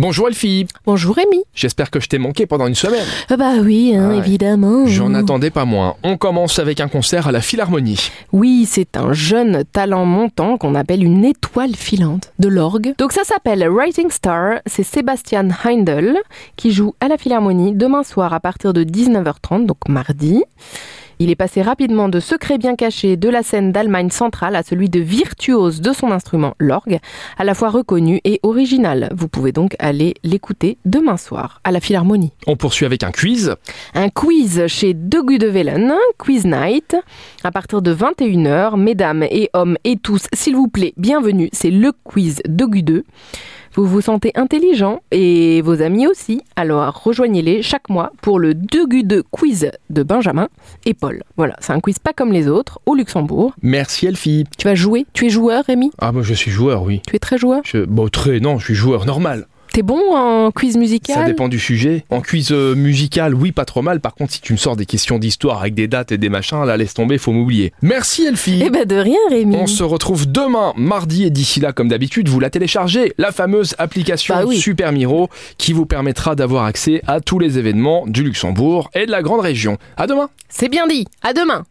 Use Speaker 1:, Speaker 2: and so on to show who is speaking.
Speaker 1: Bonjour Elfie,
Speaker 2: Bonjour Rémi.
Speaker 1: j'espère que je t'ai manqué pendant une semaine.
Speaker 2: Ah bah oui, hein,
Speaker 1: Ah ouais.
Speaker 2: évidemment.
Speaker 1: J'en attendais pas moins. On commence avec un concert à la Philharmonie.
Speaker 2: Oui, c'est un jeune talent montant qu'on appelle une étoile filante de l'orgue. Donc ça s'appelle Writing Star, c'est Sébastien Heindel qui joue à la Philharmonie demain soir à partir de 19h30, donc mardi. Il est passé rapidement de secret bien caché de la scène d'Allemagne centrale à celui de virtuose de son instrument, l'orgue, à la fois reconnu et original. Vous pouvez donc aller l'écouter demain soir à la Philharmonie.
Speaker 1: On poursuit avec un quiz.
Speaker 2: un quiz chez Degude Velen, Quiz Night, à partir de 21h. Mesdames et hommes et tous, s'il vous plaît, bienvenue, c'est le quiz Degude. Vous vous sentez intelligent et vos amis aussi, alors rejoignez-les chaque mois pour le Degude Quiz de Benjamin et Paul. Voilà, c'est un quiz pas comme les autres, au Luxembourg.
Speaker 1: Merci Elfie.
Speaker 2: Tu vas jouer Tu es joueur, Rémi
Speaker 1: Ah moi je suis joueur, oui.
Speaker 2: Tu es très joueur
Speaker 1: Je... Bon très, non, je suis joueur normal.
Speaker 2: T'es bon en quiz musical
Speaker 1: Ça dépend du sujet. En quiz euh, musical, oui, pas trop mal. Par contre, si tu me sors des questions d'histoire avec des dates et des machins, là laisse tomber, faut m'oublier. Merci Elfie.
Speaker 2: Eh ben de rien, Rémi.
Speaker 1: On se retrouve demain, mardi, et d'ici là, comme d'habitude, vous la téléchargez, la fameuse application
Speaker 2: Bah oui.
Speaker 1: Super Miro, qui vous permettra d'avoir accès à tous les événements du Luxembourg et de la grande région. À demain!
Speaker 2: C'est bien dit. À demain.